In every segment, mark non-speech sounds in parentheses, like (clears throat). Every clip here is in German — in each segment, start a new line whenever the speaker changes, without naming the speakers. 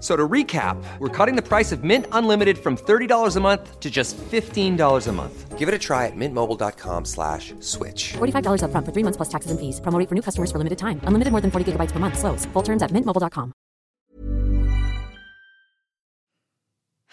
So to recap, we're cutting the price of Mint Unlimited from $30 a month to just $15 a month. Give it a try at mintmobile.com slash switch.
$45 up front for three months plus taxes and fees. Promo rate for new customers for limited time. Unlimited more than 40 gigabytes per month. Slows. Full terms at mintmobile.com.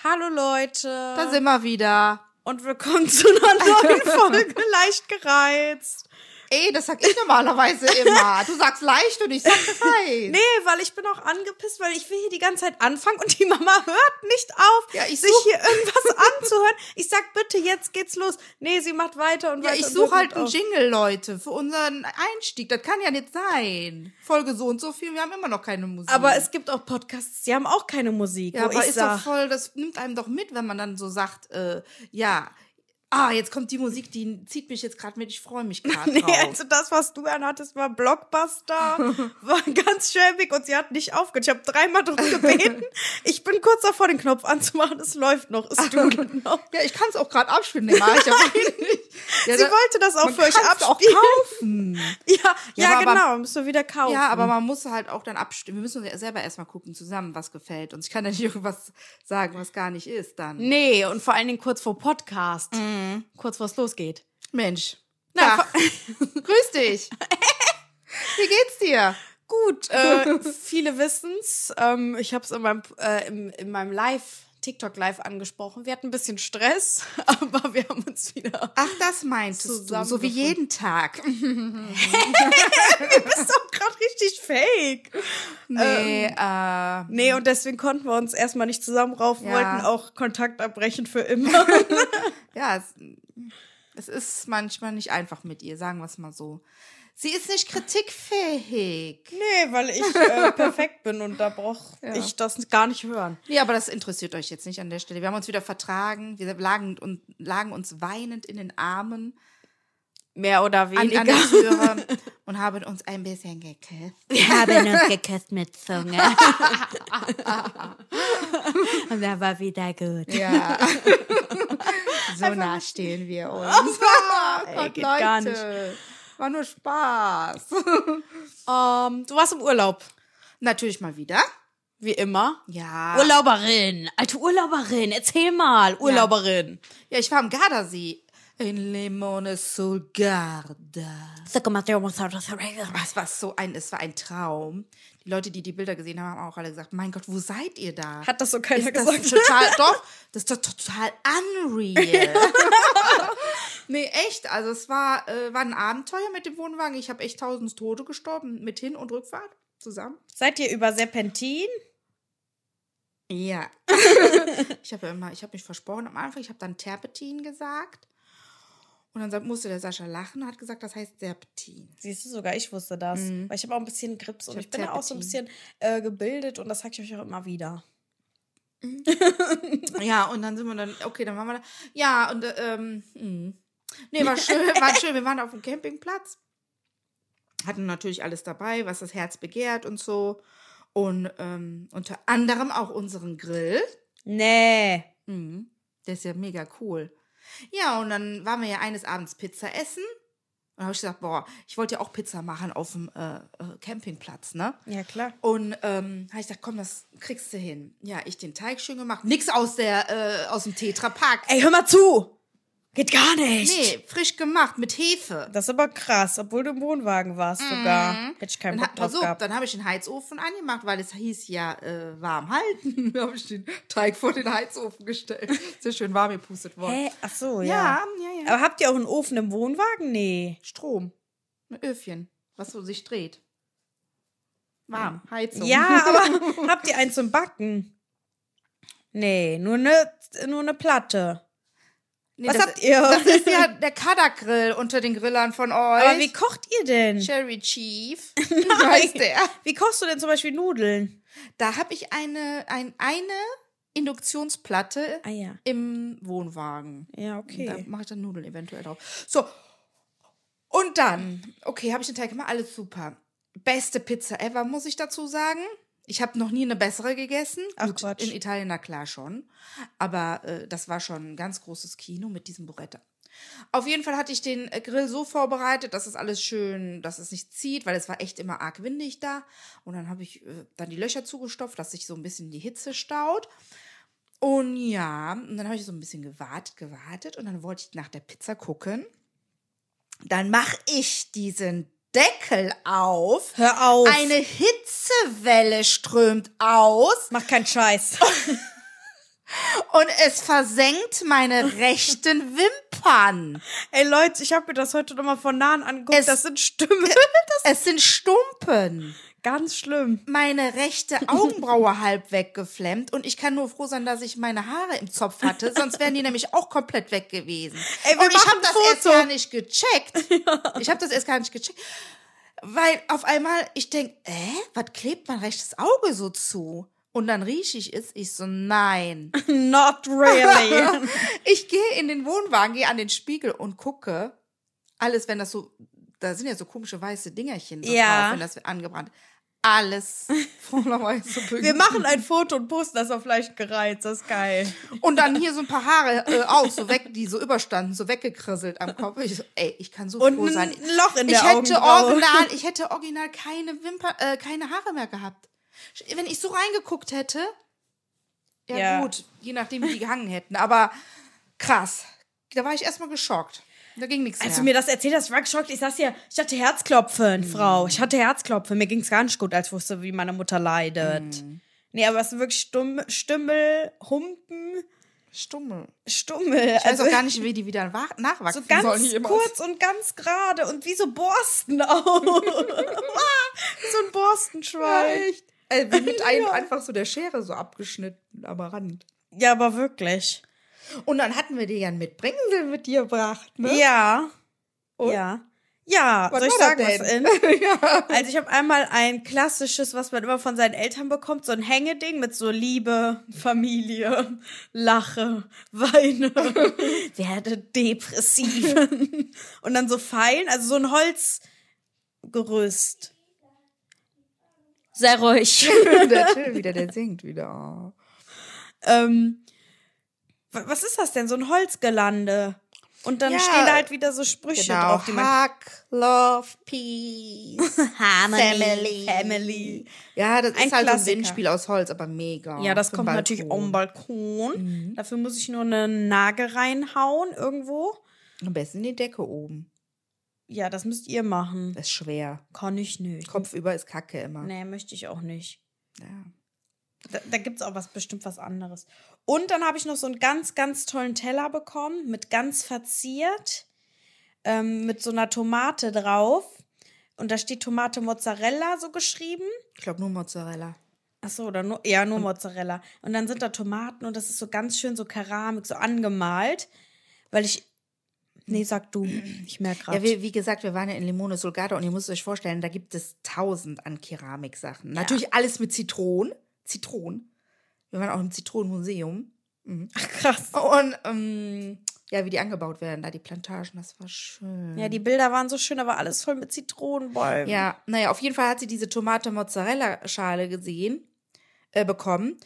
Hallo Leute.
Da sind wir wieder.
und willkommen zu
(laughs)
einer neuen Folge Leicht gereizt.
Ey, das sag
(laughs)
ich normalerweise immer. Du sagst leicht und ich sag frei.
Nee, weil ich bin auch angepisst, weil ich will hier die ganze Zeit anfangen und die Mama hört nicht auf,
Ja, ich
sich
such-
hier irgendwas (laughs) anzuhören. Ich sag bitte, jetzt geht's los. Nee, sie macht weiter und
Ja,
weiter.
ich
und
suche
hört
halt
nicht
einen
auf.
Jingle, Leute, für unseren Einstieg. Das kann ja nicht sein. Folge so und so viel, wir haben immer noch keine Musik.
Aber es gibt auch Podcasts, die haben auch keine Musik.
ja,
wo
aber
ich
ist
sag,
doch voll, das nimmt einem doch mit, wenn man dann so sagt, äh, ja, ah, jetzt kommt die Musik, die zieht mich jetzt gerade mit, ich
(laughs)
freue mich gerade
(laughs) Nee,
drauf.
also das, was du anhattest, war Blockbuster,
(laughs)
war ganz schäbig und sie hat nicht aufgehört. Ich habe dreimal drum
(laughs)
gebeten. Ich bin kurz davor, den Knopf anzumachen. Es läuft noch,
(laughs)
es dudelt noch.
ja, ich kann es auch gerade abspielen, den mach ich ja
(laughs)
nicht. ja,
sie
da-
wollte das auch
man
für euch
kann's auch
abspielen.
kaufen.
(laughs) Ja, ja,
Ja, aber-
genau, müssen wir wieder kaufen.
Ja, aber man muss halt auch dann abstimmen. Wir müssen uns ja selber erstmal gucken, zusammen, was gefällt uns. Ich kann ja nicht (laughs) irgendwas sagen, was gar nicht ist dann.
Nee, und vor allen Dingen kurz vor Podcast. Kurz vor es losgeht.
Mensch.
Na, (laughs)
Na, grüß dich. (laughs) Wie geht's dir?
Gut, äh, viele wissen's. Ähm, ich habe es in meinem, äh, im, in meinem Live, TikTok Live angesprochen. Wir hatten ein bisschen Stress, (laughs) aber wir haben uns (laughs) wieder.
Ach, das meinst du, so wie
Zusammengefunden.
jeden Tag.
Ist doch gerade richtig fake.
Nee, äh,
Nee, und deswegen konnten wir uns erstmal nicht zusammenraufen,
Ja.
wollten auch Kontakt abbrechen für immer.
ja, es, es ist manchmal nicht einfach mit ihr, sagen wir es mal so. Sie ist nicht kritikfähig.
nee, weil ich
(laughs)
äh, perfekt bin und da brauch ich das gar nicht hören.
Nee, aber das interessiert euch jetzt nicht an der Stelle. Wir haben uns wieder vertragen. Wir lagen, und, lagen uns weinend in den Armen.
Mehr oder
an,
weniger.
an der (laughs) Türe und haben uns ein bisschen (laughs) geküsst.
Wir haben uns geküsst mit Zunge. Und da war wieder gut.
Ja. so nah stehen wir (laughs) uns.
Ey,
Oh
geht gar nicht.
War nur Spaß.
(laughs) Ähm, du warst im Urlaub,
(laughs) Natürlich mal wieder.
wie immer.
Ja.
Urlauberin, alte Urlauberin, erzähl mal, Urlauber.
Urlauberin.
Ja, ich war am Gardasee. In Limone sul Garda. Das war so ein, Ah, es war ein Traum. Die Leute, die die Bilder gesehen haben, haben auch alle gesagt, mein Gott, wo seid ihr da?
Hat das so keiner
ist das
gesagt?
Total, doch, das ist doch total unreal. (laughs) nee, echt. Also es war, äh, war ein Abenteuer mit dem Wohnwagen. Ich habe echt tausend Tote gestorben mit Hin- und Rückfahrt zusammen.
Seid ihr über Serpentin?
Ja. (laughs) ich habe ja immer, ich habe mich versprochen am Anfang. Ich habe dann Terpentin gesagt. Und dann sa- musste der Sascha lachen und hat gesagt, das heißt Serpentin.
Siehst du, sogar ich wusste das. Weil ich habe auch ein bisschen Grips und
Mhm. Ich
ich,
hab
bin ja auch so ein bisschen
Serpentin.
äh, gebildet und das sage ich euch auch immer wieder.
(laughs) Ja, und dann sind wir dann, okay, dann waren wir da. Ja, und äh, ähm, mh. nee, war schön, war schön. Wir waren auf dem Campingplatz. Hatten natürlich alles dabei, was das Herz begehrt und so. Und ähm, unter anderem auch unseren Grill.
Nee.
Mhm. Der ist ja mega cool. Ja, und dann waren wir ja eines Abends Pizza essen. Und habe ich gesagt, boah, ich wollte ja auch Pizza machen auf dem äh, äh, Campingplatz, ne?
Ja, klar.
Und ähm, habe ich gesagt, komm, das kriegst du hin. Ja, ich den Teig schön gemacht. Nix aus der äh, aus dem Tetrapack.
Ey, hör mal zu! Geht gar nicht!
Nee, frisch gemacht mit Hefe.
Das ist aber krass, obwohl du im Wohnwagen warst sogar. Hätte ich keinen
Dann,
Bock
hat,
drauf
also,
gehabt.
dann habe ich den Heizofen angemacht, weil es hieß ja äh, warm halten. (laughs) Da habe ich den Teig vor den Heizofen gestellt. (laughs) Sehr schön warm gepustet worden.
Hä? Ach so, ja.
Ja, ja, ja.
Aber habt ihr auch einen Ofen im Wohnwagen? Nee.
Strom. Ein Öfchen, was so sich dreht. Warm, Heizung.
Ja, aber habt ihr einen zum Backen? Nee, nur eine, nur eine Platte.
Nee,
was
das,
habt ihr?
Das
(laughs)
ist ja der Kadergrill unter den Grillern von euch.
Aber wie kocht ihr denn? (laughs)
Cherry Chief. heißt der.
Wie kochst du denn zum Beispiel Nudeln?
Da habe ich eine, ein, eine Induktionsplatte
Ah, ja.
im Wohnwagen.
Ja,
Da
okay.
mache ich dann Nudeln eventuell drauf. So. Und dann, okay, habe ich den Teig gemacht, alles super. Beste Pizza ever, muss ich dazu sagen. Ich habe noch nie eine bessere gegessen.
Ach,
Gut,
Quatsch.
In Italien, na klar schon. Aber äh, das war schon ein ganz großes Kino mit diesem Buretta. Auf jeden Fall hatte ich den äh, Grill so vorbereitet, dass es alles schön, dass es nicht zieht, weil es war echt immer arg windig da. Und dann habe ich äh, dann die Löcher zugestopft, dass sich so ein bisschen die Hitze staut. Und ja, und dann habe ich so ein bisschen gewartet, gewartet und dann wollte ich nach der Pizza gucken. Dann mache ich diesen Deckel auf.
Hör auf.
Eine Hitzewelle strömt aus
Mach keinen Scheiß.
und es versenkt meine rechten Wimpern.
(laughs) Ey Leute, ich habe mir das heute nochmal von nahen angeguckt.
Es-
das sind (laughs) Stimmen.
Es sind Stumpen.
Ganz schlimm.
meine rechte
(laughs)
Augenbraue halb weggeflemmt und ich kann nur froh sein, dass ich meine Haare im Zopf hatte, sonst wären die nämlich auch komplett weg gewesen.
Ey, wir
und ich
machen
habe das
ein
erst
Foto.
gar
(laughs)
nicht gecheckt. Ich habe das erst gar nicht gecheckt, weil auf einmal ich denk, äh, was klebt mein rechtes Auge so zu? Und dann riech ich es, ich
(laughs)
so, nein.
Not really.
Ich gehe in den Wohnwagen, gehe an den Spiegel und gucke, alles, wenn das so, da sind ja so komische weiße Dingerchen so
Ja.
drauf, wenn das angebrannt
(laughs)
alles voller so
(laughs) wir machen ein Foto und posten das auf leicht gereizt. Das ist geil.
Und dann hier so ein paar Haare äh, auch so weg, die so überstanden, so weggekrisselt am Kopf. Ich so, ey, ich kann so
Und
froh
ein
sein.
Loch in
ich
der
hätte
Augenbraue.
original,
(laughs)
ich hätte original keine Wimper, äh, keine Haare mehr gehabt. Wenn ich so reingeguckt hätte, ja,
Ja.
gut, je nachdem wie die gehangen hätten, aber krass. Da war ich erstmal geschockt. Da ging nichts
Als du mir
mehr.
das erzählt hast, ich war geschockt. Ich saß hier, ich hatte
Mhm.
Herzklopfen, Frau. Ich hatte Herzklopfen. Mir ging's gar nicht gut, als ich wusste, wie meine Mutter leidet.
Mhm.
Nee, aber es sind wirklich Stumm, Stümmel, Humpen,
Stummel.
Stummel. Also
Ich weiß auch gar nicht, wie die wieder wa- nachwachsen
so ganz
sollen. jemals.
kurz und ganz gerade und wie so Borsten
(laughs)
auch. (laughs) Ah, so ein Borstenschwein.
Echt? Äh, wie
(laughs)
mit einem einfach so der Schere so abgeschnitten am Rand.
Ja, aber wirklich.
Und dann hatten wir dir ja ein Mitbringsel mit dir gebracht, ne?
Ja. Ja. Ja,
Was
soll ich
war
sagen,
das
was in?
(laughs)
Also ich habe einmal ein klassisches, was man immer von seinen Eltern bekommt, so ein Hängeding mit so Liebe, Familie, Lache,
(laughs)
Weine, werde depressiv. (laughs) Und dann so Pfeilen, also so ein Holzgerüst.
Sei ruhig.
(laughs) der Till wieder, der singt wieder.
Ähm, (laughs) wa- was ist das denn? So ein Holzgelande. Und dann
Ja,
stehen da halt wieder so Sprüche
Genau.
drauf, die man.
Hack, Love, Peace,
Harmony.
Family.
(laughs) Ja, das
Ein
ist halt so ein
Klassiker.
Windspiel aus Holz, aber mega.
Ja, das
Für den
kommt natürlich auf
Balkon.
den
Mhm.
Balkon. Dafür muss ich nur eine Nagel reinhauen irgendwo.
Am besten in die Decke oben.
Ja, das müsst ihr machen.
Das ist schwer.
Kann ich nicht.
Kopf über ist kacke immer.
Nee, möchte ich auch nicht.
Ja.
Da, da gibt es auch was, bestimmt was anderes. Und dann habe ich noch so einen ganz, ganz tollen Teller bekommen, mit ganz verziert, ähm, mit so einer Tomate drauf. Und da steht Tomate Mozzarella so geschrieben.
Ich glaube nur Mozzarella.
Ach so, oder nur, ja, nur Mozzarella. Und dann sind da Tomaten und das ist so ganz schön so Keramik, so angemalt. Weil ich. Nee, sag du. Ich merke gerade.
Ja, wie, wie gesagt, wir waren ja in Limone Solgado und ihr müsst euch vorstellen, da gibt es tausend an Keramiksachen. Natürlich alles mit Zitronen. Zitronen. Wir waren auch im Zitronenmuseum. Mhm.
krass.
Und ähm, ja, wie die angebaut werden, da die Plantagen, das war schön.
Ja, die Bilder waren so schön, aber alles voll mit Zitronenbäumen.
Ja, naja, auf jeden Fall hat sie diese Tomate-Mozzarella-Schale gesehen, äh, bekommen.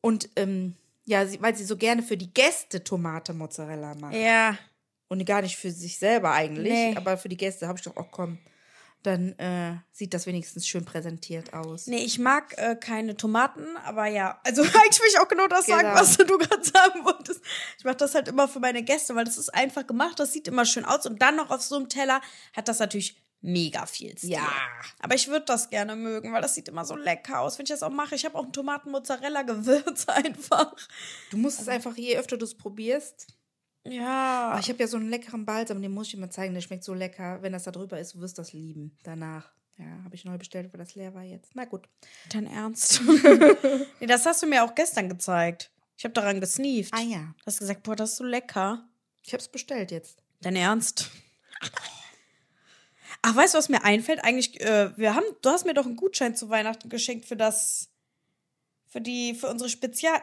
Und ähm, ja, sie, weil sie so gerne für die Gäste Tomate-Mozzarella macht.
Ja.
Und gar nicht für sich selber eigentlich,
Nee.
aber für die Gäste habe ich doch auch komm. Dann äh, sieht das wenigstens schön präsentiert aus.
Nee, ich mag äh, keine Tomaten, aber ja. Also (laughs) eigentlich will ich auch genau das sagen,
Genau.
was du gerade sagen wolltest. Ich mache das halt immer für meine Gäste, weil das ist einfach gemacht, das sieht immer schön aus. Und dann noch auf so einem Teller hat das natürlich mega viel Stil.
Ja.
Aber ich würde das gerne mögen, weil das sieht immer so lecker aus, wenn ich das auch mache. Ich habe auch ein Tomaten-Mozzarella-Gewürz (laughs) einfach.
Du musst es einfach, je öfter du es probierst.
Ja.
Ah, ich habe ja so einen leckeren Balsam, den muss ich dir mal zeigen, der schmeckt so lecker. Wenn das da drüber ist, du wirst das lieben danach. Ja, habe ich neu bestellt, weil das leer war jetzt. Na gut.
Dein
(laughs)
Ernst? nee, das hast du mir auch gestern gezeigt. Ich habe daran gesneeft.
Ah ja,
Du hast gesagt, boah, das ist so lecker.
ich habe es bestellt jetzt.
Dein Ernst? Ach, weißt du, was mir einfällt? Eigentlich, äh, wir haben, du hast mir doch einen Gutschein zu Weihnachten geschenkt für das, für die, für unsere Spezia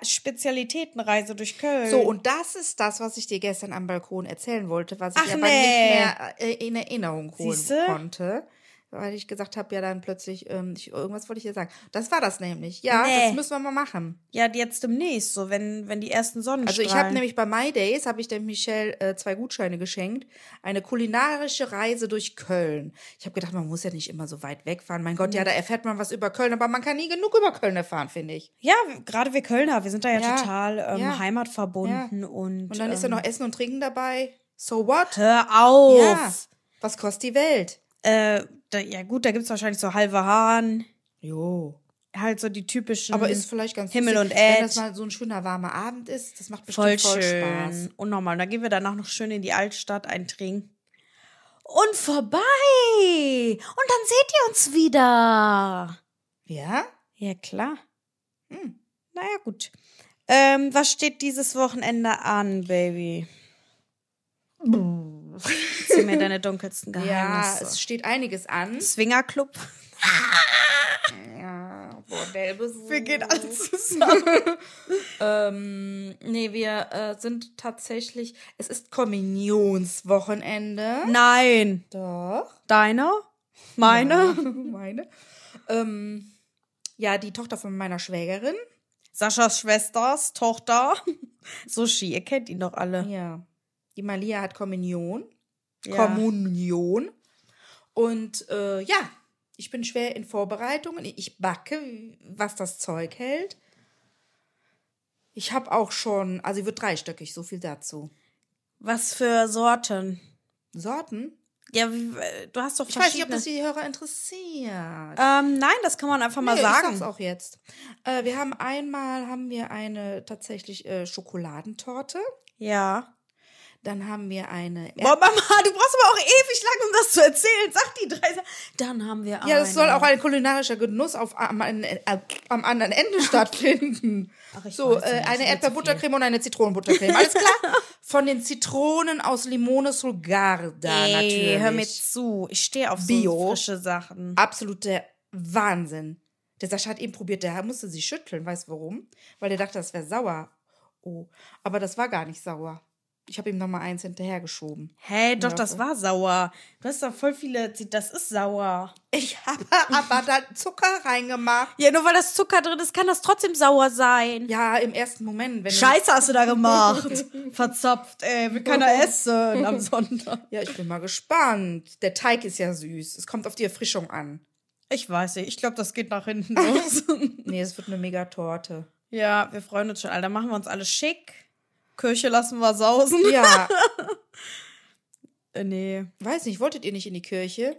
Spezialitätenreise durch Köln.
So, und das ist das, was ich dir gestern am Balkon erzählen wollte, was ich
Ach,
aber
nee.
nicht mehr äh, in Erinnerung holen
Siehste?
konnte, weil ich gesagt habe, ja dann plötzlich, ähm, ich, irgendwas wollte ich dir sagen. Das war das nämlich. Ja,
Nee.
das müssen wir mal machen.
Ja, jetzt demnächst, so wenn, wenn die ersten
Also
Sonnenstrahlen.
ich habe nämlich bei My Days habe ich der Michelle äh, zwei Gutscheine geschenkt, eine kulinarische Reise durch Köln. Ich habe gedacht, man muss ja nicht immer so weit wegfahren. Mein Gott,
Mhm.
ja, da erfährt man was über Köln, aber man kann nie genug über Köln erfahren, finde ich.
Ja, gerade wir Kölner, wir sind da ja,
Ja,
total ähm,
ja,
heimatverbunden
ja.
und.
Und dann ist ja
ähm,
noch Essen und Trinken dabei. So what?
Hör auf!
Was kostet die Welt?
Ja, äh, da, ja gut, da gibt's wahrscheinlich so halbe Hahn,
Jo.
halt so die typischen.
Aber ist vielleicht ganz
Himmel
lustig,
und Ed.
wenn das mal so ein schöner warmer Abend ist. Das macht
voll,
bestimmt voll,
schön.
Spaß.
Und nochmal, dann gehen wir danach noch schön in die Altstadt eintrinken. Und vorbei!
Hey, und dann seht ihr uns wieder.
Ja?
Ja, klar.
Hm.
Naja, gut. Ähm, was steht dieses Wochenende an,
(laughs)
Baby? Zieh mir deine dunkelsten
Ja,
Geheimnisse.
es steht einiges an.
Swingerclub.
Bordellbesuch.
Wir gehen alle
(laughs)
zusammen.
Ähm, nee, wir äh, sind tatsächlich. Es ist Kommunionswochenende.
Nein.
Doch.
Deiner? Meine?
(laughs) Meine. Ähm, ja, die Tochter von meiner Schwägerin.
Saschas Schwesters
(laughs)
Tochter. Sushi, ihr kennt ihn doch alle.
Ja. Die Malia hat Kommunion.
Ja.
Kommunion. Und äh, ja, ich bin schwer in Vorbereitungen. Ich backe, was das Zeug hält. Ich habe auch schon, also sie wird dreistöckig, so viel dazu.
Was für Sorten?
Sorten?
Ja, wie, äh, du hast doch
Ich weiß nicht,
verschiedene.
ob das die Hörer interessiert.
ähm, nein, das kann man einfach mal
Nee, Ich
sagen.
sag's auch jetzt. Äh, wir haben einmal haben wir eine tatsächlich äh, Schokoladentorte.
Ja.
Dann haben wir eine.
Boah, Mama, du brauchst aber auch ewig lang, um das zu erzählen. Sag die drei. Sa- Dann haben wir
Ja, das
eine-
soll auch ein kulinarischer Genuss auf, am, an- äh, am anderen (laughs) Ende stattfinden.
ich
so,
weiß nicht,
äh,
das ist mir zu
eine Erdbeerbuttercreme und eine Zitronenbuttercreme. Alles (laughs) klar? Von den Zitronen aus Limones Rugarda
Ey,
natürlich.
hör mir zu. Ich stehe auf so
Bio.
frische Sachen.
Absolut der Wahnsinn. Der Sascha hat eben probiert, der musste sie schütteln. Weißt du warum? Weil der dachte, das wäre sauer. Oh, aber das war gar nicht sauer. Ich habe ihm noch mal eins hinterhergeschoben.
Hey, doch, das war sauer. Du hast doch voll viele. Das ist sauer.
Ich habe aber da Zucker reingemacht.
Ja, nur weil das Zucker drin ist, kann das trotzdem sauer sein.
Ja, im ersten Moment. Wenn du-
Scheiße hast du da (laughs) gemacht. Verzapft, ey, will keiner essen (laughs) am Sonntag.
Ja, ich bin mal gespannt. Der Teig ist ja süß. Es kommt auf die Erfrischung an.
Ich weiß nicht, ich glaube, das geht nach (laughs) hinten los.
Nee, es wird eine Megatorte.
ja, wir freuen uns schon alle. Dann machen wir uns alle schick. Kirche lassen wir sausen. (laughs)
Ja,
Äh, nee.
weiß nicht, wolltet ihr nicht in die Kirche?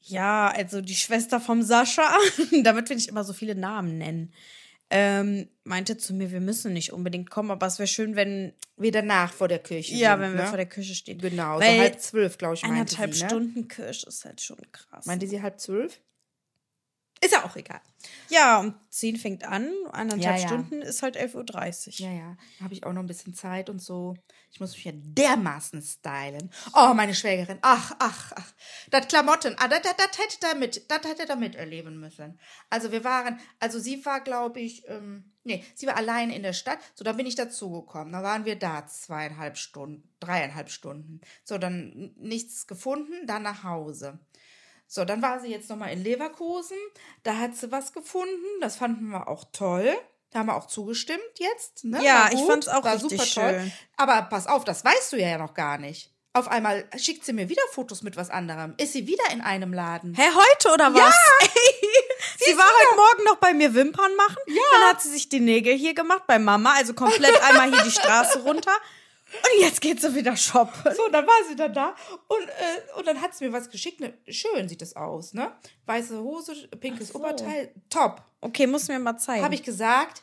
Ja, also die Schwester vom Sascha, (laughs) damit wir nicht immer so viele Namen nennen, ähm, meinte zu mir, wir müssen nicht unbedingt kommen, aber es wäre schön, wenn,
Wir danach vor der Kirche.
ja,
sind,
wenn wir
ne?
vor der Kirche stehen.
Genau,
Weil
so halb zwölf, glaube ich, meinte
Eineinhalb
sie, ne?
Stunden Kirche ist halt schon krass.
Meinte sie halb zwölf? Ist ja auch egal.
Ja, um 10 fängt an, eineinhalb
Ja, ja.
Stunden ist halt 11.30 Uhr.
Ja, ja. Da habe ich auch noch ein bisschen Zeit und so. Ich muss mich ja dermaßen stylen. Oh, meine Schwägerin. Ach, ach, ach. Das Klamotten. Ah, das, das, das hätte da mit, das hätte da miterleben müssen. Also wir waren, also sie war, glaube ich, ähm, nee, sie war allein in der Stadt. So, da bin ich dazugekommen. Da waren wir da zweieinhalb Stunden, dreieinhalb Stunden. So, dann n- nichts gefunden, dann nach Hause. So, dann war sie jetzt nochmal in Leverkusen. Da hat sie was gefunden. Das fanden wir auch toll. Da haben wir auch zugestimmt jetzt. Ne?
Ja,
War
ich
gut,
fand's auch
war
richtig schön.
Aber pass auf, das weißt du ja noch gar nicht. Auf einmal schickt sie mir wieder Fotos mit was anderem. Ist sie wieder in einem Laden?
Hä, heute oder was? (laughs)
(laughs)
sie war heute Morgen noch bei mir Wimpern machen. Ja. Dann hat sie sich die Nägel hier gemacht bei Mama, also komplett einmal hier die Straße runter. Und jetzt geht sie wieder shoppen.
So, dann war sie dann da und, äh, und dann hat sie mir was geschickt. Ne, schön sieht das aus, ne? Weiße Hose, pinkes Oberteil, top.
Okay, muss mir mal zeigen.
Habe ich gesagt,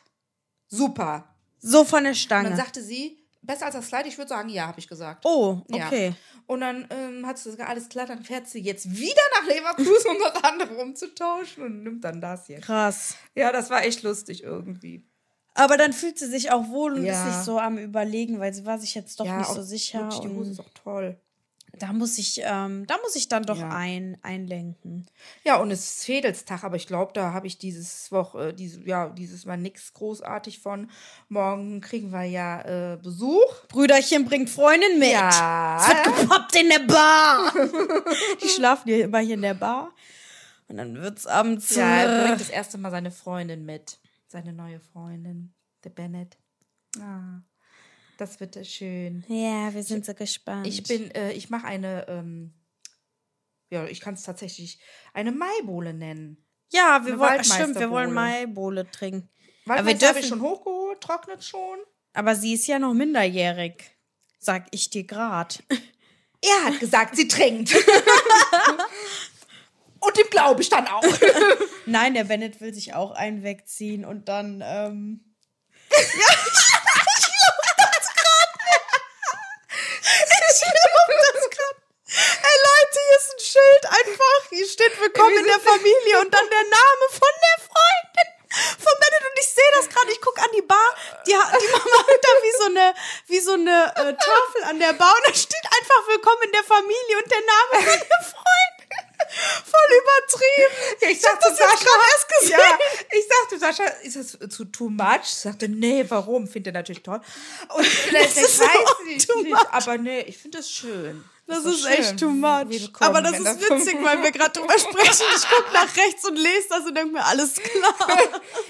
super.
so von der
Und
Stange.
dann sagte sie, besser als das Kleid, ich würde sagen, ja, habe ich gesagt.
oh, okay.
Ja. Und dann ähm, hat sie gesagt, alles klar, dann fährt sie jetzt wieder nach Leverkusen, um (laughs) das andere umzutauschen und nimmt dann das hier.
Krass.
Ja, das war echt lustig irgendwie.
Aber dann fühlt sie sich auch wohl und
Ja.
ist sich so am überlegen, weil sie war sich jetzt doch
ja,
nicht
auch
so sicher.
wirklich, die Hose
Und
ist auch toll.
da muss ich, ähm, da muss ich dann doch
Ja.
ein, einlenken.
Ja, und es ist Fädelstag, aber ich glaube, da habe ich dieses Woche, äh, diese, ja, dieses Mal nichts großartig von. Morgen kriegen wir ja äh, Besuch.
Brüderchen bringt Freundin mit.
Ja.
(laughs) Es wird gepoppt in der Bar. Die schlafen hier immer hier in der Bar. Und dann wird's abends.
Ja, also er bringt das erste Mal seine Freundin mit. Seine neue Freundin, der Bennett. Ah, das wird äh, schön.
ja wir sind so gespannt.
Ich bin, äh, ich mache eine, ähm, ja, ich kann es tatsächlich eine Maibohle nennen.
Ja, wir
Eine
wollen, stimmt, wir wollen
Waldmeisterbohle.
Maibohle trinken.
Weil
Aber wir
habe
dürfen,
ich schon hochgeholt, trocknet schon.
aber sie ist ja noch minderjährig, sag ich dir grad.
Er hat gesagt, sie trinkt. (laughs) Und dem glaube ich
(laughs)
dann auch.
Nein, der Bennett will sich auch einen wegziehen und dann, (laughs) ähm,
Ich glaube das gerade.
Hey Leute, hier ist ein Schild einfach. Hier steht Willkommen in der Familie und dann der Name von der Freundin von Bennett. Und ich sehe das gerade. Ich gucke an die Bar. Die, ha- die Mama hat da wie so eine, wie so eine äh, Tafel an der Bar. Und da steht einfach Willkommen in der Familie und der Name von der Freundin. Voll übertrieben.
Ja, ich dachte, Sascha erst gesehen. Ja, ich dachte, Sascha, ist das zu too much? Ich sagte, nee, warum? Findet er natürlich toll.
(laughs)
Und ich
ist auch
weiß nicht,
too
nicht,
much.
aber nee, ich finde das schön.
Das
doch
ist
schön,
echt too
wie
much.
willkommen,
Aber das
wenn
ist
da-
witzig, weil wir gerade drüber sprechen. Ich gucke nach rechts und lese das und denke mir, alles klar.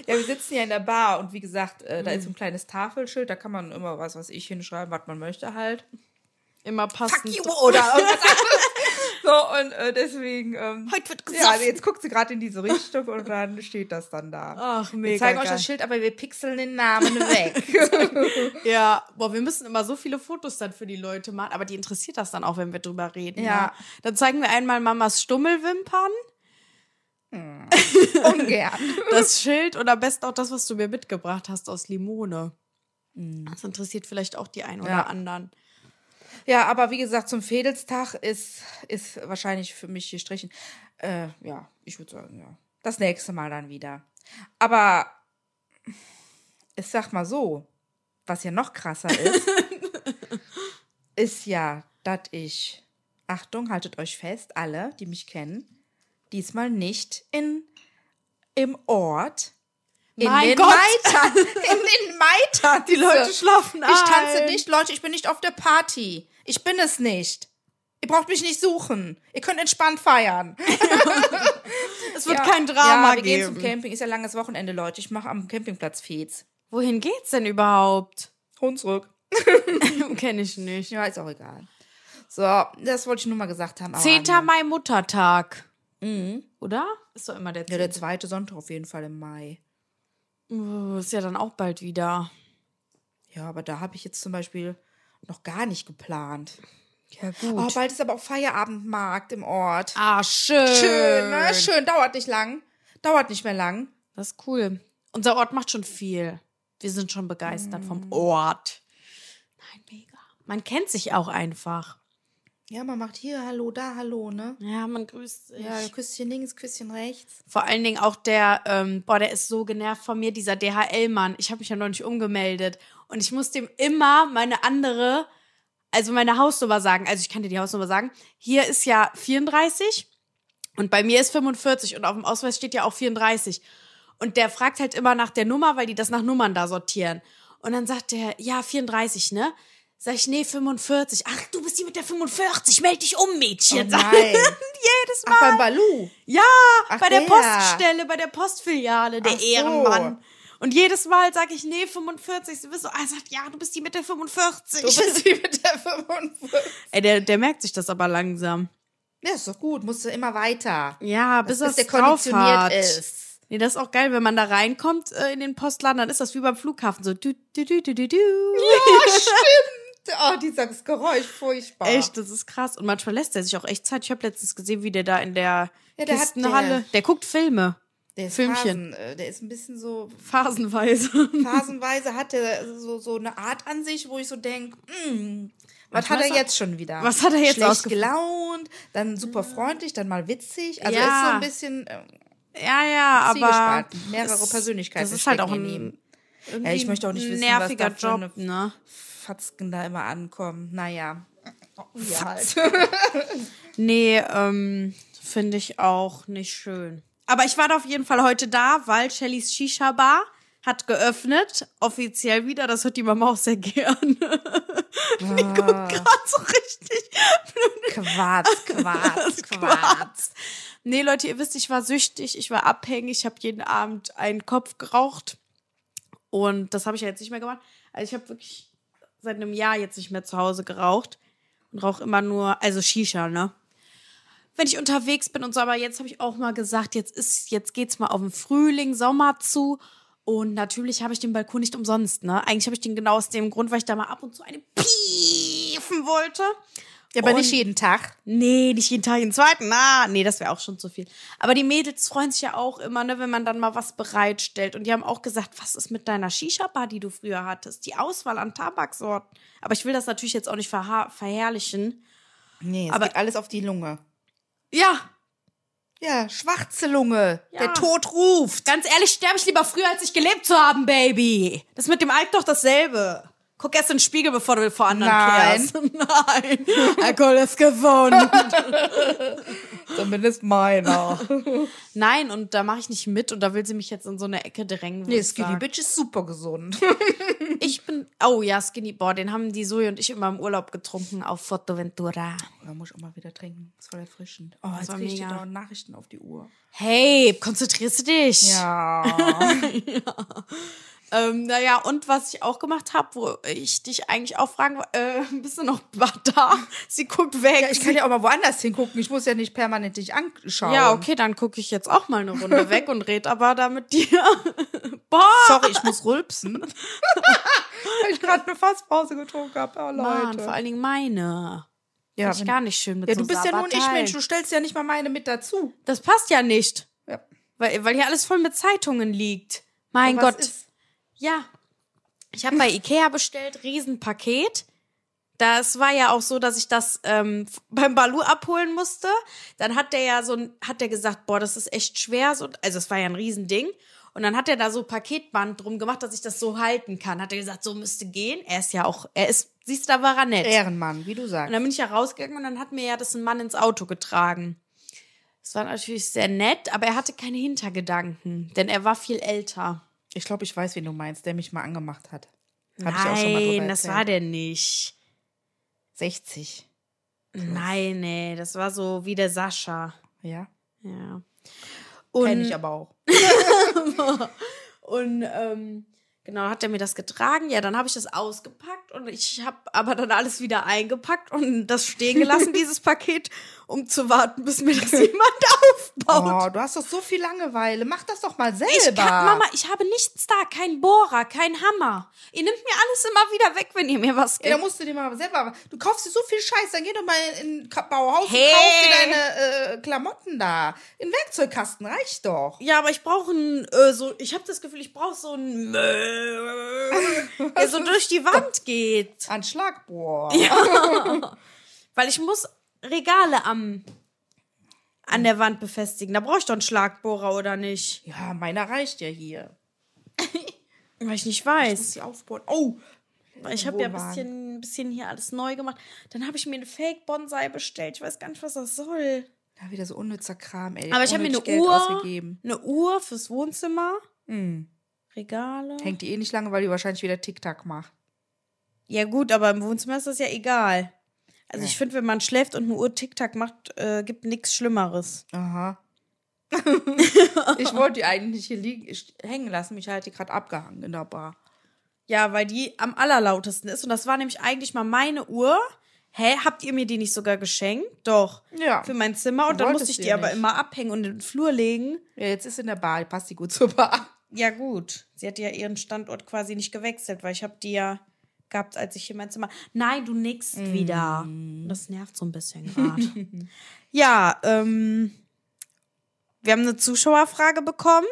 Ja, wir sitzen ja in der Bar und wie gesagt, äh, da ist
Mhm.
so ein kleines Tafelschild, da kann man immer was, was ich hinschreiben, was man möchte halt.
(laughs) Immer passend.
(laughs) oder irgendwas anderes. So, und äh, deswegen. Ähm,
Heute wird
ja,
gesoffen.
also jetzt guckt sie gerade in diese Richtung und dann steht das dann da.
Ach, mega
Wir zeigen euch
geil.
das Schild, aber wir pixeln den Namen
(laughs)
weg.
Ja, boah, wir müssen immer so viele Fotos dann für die Leute machen, aber die interessiert das dann auch, wenn wir drüber reden.
Ja.
Ne? Dann zeigen wir einmal Mamas Stummelwimpern,
Ungern.
(laughs) das Schild und am besten auch das, was du mir mitgebracht hast aus Limone. Das interessiert vielleicht auch die einen oder
Ja.
anderen.
Ja, aber wie gesagt, zum Fedelstag ist, ist wahrscheinlich für mich gestrichen. Äh, ja, ich würde sagen, ja. Das nächste Mal dann wieder. Aber ich sag mal so, was ja noch krasser ist,
(laughs)
ist ja, dass ich, Achtung, haltet euch fest, alle, die mich kennen, diesmal nicht in, im Ort, in
Mein
den
Gott. (laughs)
Maitern, in den Maitern.
Die Leute schlafen ein.
Ich tanze nicht, Leute, ich bin nicht auf der Party. Ich bin es nicht. Ihr braucht mich nicht suchen. Ihr könnt entspannt (laughs) feiern.
Es wird kein Drama
ja, wir gehen
geben.
zum Camping. Ist ja langes Wochenende, Leute. Ich mache am Campingplatz Feds.
Wohin geht's denn überhaupt?
Hunsrück.
(laughs) Kenne ich nicht.
Ja, ist auch egal. So, das wollte ich nur mal gesagt haben. aber-
10. Mai Muttertag. Oder? Mhm. Ist doch immer der 10.
Ja, der zweite Sonntag auf jeden Fall im Mai.
Oh, ist ja dann auch bald wieder.
Ja, aber da habe ich jetzt zum Beispiel noch gar nicht geplant.
Ja, gut.
Oh, bald ist aber auch Feierabendmarkt im Ort.
ah, schön.
Schön, ne? Schön. Dauert nicht lang. Dauert nicht mehr lang.
Das ist cool. Unser Ort macht schon viel. Wir sind schon begeistert vom Ort. Mhm. Nein, mega. Man kennt sich auch einfach.
Ja, man macht hier Hallo, da Hallo, ne?
Ja, man grüßt sich.
Ja, Küsschen links, Küsschen rechts.
Vor allen Dingen auch der, ähm, boah, der ist so genervt von mir, dieser DHL-Mann. Ich habe mich ja noch nicht umgemeldet. Und ich muss dem immer meine andere, also meine Hausnummer sagen. Also ich kann dir die Hausnummer sagen. Hier ist ja 34 und bei mir ist 45 und auf dem Ausweis steht ja auch 34. Und der fragt halt immer nach der Nummer, weil die das nach Nummern da sortieren. Und dann sagt der, ja, 34, ne? Sag ich, nee, 45. Ach, du bist die mit der 45, meld dich um, Mädchen. (laughs)
Oh nein.
Jedes Mal.
Ach, beim Balu.
Ja,
Ach,
bei der,
der.
Poststelle, bei der Postfiliale, der
Ach so.
Ehrenmann. Und jedes Mal sage ich, nee, 45. Du bist so, ah, er sagt, ja, du bist die mit der 45. (laughs)
die mit der 45.
Ey, der, der merkt sich das aber langsam.
Ja, ist doch gut. Musst du immer weiter.
Ja, bis
Bis
das
der
drauf
konditioniert
hat.
ist.
Nee, das ist auch geil, wenn man da reinkommt äh, in den Postladen, dann ist das wie beim Flughafen. So du, du, du, du, du, du.
Oh, dieses Geräusch, furchtbar.
Echt, das ist krass. Und manchmal lässt er sich auch echt Zeit. Ich habe letztens gesehen, wie der da in der,
Ja, der hat-
Kistenhalle.
der-
Der, guckt Filme.
Der ist
Filmchen.
Phasen, äh, der ist ein bisschen so,
Phasenweise. (laughs)
phasenweise hat der so, so eine Art an sich, wo ich so denke, was hat er jetzt schon wieder?
was hat er jetzt
Schlecht
ausgefunden?
gelaunt, dann super freundlich, dann mal witzig. Also
Ja.
ist so ein bisschen äh,
Ja, ja, aber.
Zwiegespalten, mehrere Persönlichkeiten
Das ist halt auch
stecken in
ein.
ihm. Ja, ich möchte auch nicht wissen,
nerviger
was da für
Job,
eine
ne?
Fatzken da immer ankommen. Naja. Ja, halt.
Nee, ähm, finde ich auch nicht schön. Aber ich war da auf jeden Fall heute da, weil Shellys Shisha Bar hat geöffnet, offiziell wieder. Das hört die Mama auch sehr gern. (laughs) Die guckt gerade so richtig (laughs)
Quatsch, Quatsch, Quatsch.
Quatsch. nee Leute, ihr wisst, ich war süchtig, ich war abhängig, ich habe jeden Abend einen Kopf geraucht. Und das habe ich ja jetzt nicht mehr gemacht. Also ich habe wirklich seit einem Jahr jetzt nicht mehr zu Hause geraucht und rauche immer nur, also Shisha, ne? Wenn ich unterwegs bin und so, aber jetzt habe ich auch mal gesagt, jetzt ist, jetzt geht's mal auf den Frühling, Sommer zu. Und natürlich habe ich den Balkon nicht umsonst, ne? Eigentlich habe ich den genau aus dem Grund, weil ich da mal ab und zu eine piefen wollte.
Ja, aber
Und-
nicht jeden Tag.
Nee, nicht jeden Tag jeden zweiten. Na, nee, das wäre auch schon zu viel. Aber die Mädels freuen sich ja auch immer, ne, wenn man dann mal was bereitstellt. Und die haben auch gesagt, was ist mit deiner Shisha-Bar, die du früher hattest? Die Auswahl an Tabaksorten. Aber ich will das natürlich jetzt auch nicht verha- verherrlichen.
Nee, es
Aber-
geht alles auf die Lunge.
Ja,
Ja, schwarze Lunge.
Ja.
Der Tod ruft.
ganz ehrlich, sterbe ich lieber früher, als ich gelebt zu haben, Baby. Das ist mit dem Alk doch dasselbe. Guck erst in den Spiegel, bevor du vor anderen
Nein.
kehrst. (laughs) Nein, Alkohol ist
(laughs)
gewonnen. (laughs)
Zumindest meiner.
Nein, und da mache ich nicht mit und da will sie mich jetzt in so eine Ecke drängen. wo
nee,
ich
Skinny
sag-
Bitch ist
(laughs)
super gesund.
Ich bin. Oh ja, Skinny Boy, den haben die Zoe und ich immer im Urlaub getrunken auf Fotoventura.
da muss ich auch mal wieder trinken. Ist voll erfrischend. Oh, jetzt
war
krieg ich
mega.
da Nachrichten auf
(laughs)
die Uhr.
Hey, konzentrierst du dich?
Ja.
Ähm, naja, und was ich auch gemacht habe, wo ich dich eigentlich auch fragen äh, (laughs) bist du noch da? Sie guckt weg.
ich kann ja auch mal woanders hingucken. Ich muss ja nicht permanent dich anschauen.
ja, okay, dann gucke ich jetzt auch mal eine Runde weg und red aber da mit dir. (laughs) Boah!
Sorry, ich muss rülpsen. Weil (laughs) ich gerade eine Fasspause getrunken habe. Oh, Leute.
Mann, vor allen Dingen meine.
ja,
Find ich
wenn-
gar nicht schön mit
ja,
so
du bist ja nur ein
Sabatei.
Ich-Mensch. Du stellst ja nicht mal meine mit dazu.
Das passt ja nicht.
Ja.
Weil, weil hier alles voll mit Zeitungen liegt. Mein
Was
Gott.
ist-
Ja. Ich habe bei Ikea bestellt, Riesenpaket. Das war ja auch so, dass ich das ähm, f- beim Balu abholen musste. Dann hat der ja so ein, hat der gesagt, boah, das ist echt schwer. So, also es war ja ein Riesending. Und dann hat er da so Paketband drum gemacht, dass ich das so halten kann. Hat er gesagt, so müsste gehen. Er ist ja auch, er ist, siehst du, da war er nett.
Ehrenmann, wie du
Und
sagst.
dann bin ich ja rausgegangen und dann hat mir ja das ein Mann ins Auto getragen. Das war natürlich sehr nett, aber er hatte keine Hintergedanken, denn er war viel älter.
Ich glaube, ich weiß, wen du meinst, der mich mal angemacht hat. Hab ich
Nein,
auch schon mal drüber
das
erzählt.
war der nicht.
60.
Nein, nee, das war so wie der Sascha.
Ja.
Ja.
Kenn
Und,
ich aber auch.
und ähm, genau, hat er mir das getragen. Ja, dann habe ich das ausgepackt und ich habe aber dann alles wieder eingepackt und das stehen
(laughs)
gelassen, dieses Paket, um zu warten, bis mir das (laughs) jemand aufbaut.
Oh, du hast doch so viel Langeweile. Mach das doch mal selber.
Ich kann, Mama, ich habe nichts da, kein Bohrer, kein Hammer. Ihr nehmt mir alles immer wieder weg, wenn ihr mir was
Ja, da
gebt.
musst du dir mal selber. Du kaufst dir so viel Scheiß, dann geh doch mal in in Ka- Bauhaus
Hey.
und kauf dir deine äh, Klamotten da. In den Werkzeugkasten reicht doch.
Ja, aber ich brauche ein, äh, so, ich habe das Gefühl, ich brauche so ein, der so durch die Wand geht.
Ein Schlagbohr.
Weil ich muss Regale am, an der Wand befestigen. Da brauche ich doch einen Schlagbohrer, oder nicht?
Ja, meiner reicht ja hier.
Weil ich nicht
Ich muss
weiß.
sie aufbauen. Oh,
Weil ich habe ja ein
Wohnwagen.
bisschen, ein bisschen hier alles neu gemacht. Dann habe ich mir eine Fake-Bonsai bestellt. Ich weiß gar nicht, was das soll.
ja, wieder so unnützer Kram, ey.
Aber ich habe mir eine
Unnütz Geld
Uhr,
ausgegeben.
eine Uhr fürs Wohnzimmer,
Hm.
Regale.
Hängt die eh nicht lange, weil die wahrscheinlich wieder TikTok macht.
Ja gut, aber im Wohnzimmer ist das ja egal. Also ich finde, wenn man schläft und eine Uhr Tick-Tack macht, äh, gibt nichts Schlimmeres. (laughs)
Aha. ich wollte die eigentlich hier liegen, ich, hängen lassen. Mich hat die gerade abgehangen in der Bar.
Ja, weil die am allerlautesten ist. Und das war nämlich eigentlich mal meine Uhr. Hä, habt ihr mir die nicht sogar geschenkt? Doch.
Ja.
Für mein Zimmer.
Du
Und dann
wolltest
musste ich
sie
die aber
nicht.
immer abhängen und in den Flur legen.
Ja, jetzt ist sie in der Bar. Die passt die gut zur Bar.
Ja, gut. Sie hat ja ihren Standort quasi nicht gewechselt, weil ich habe die ja gehabt, als ich hier mein Zimmer. Nein, du nickst
Mm.
wieder. Das nervt so ein bisschen
(laughs)
gerade. ja, ähm, wir haben eine Zuschauerfrage bekommen.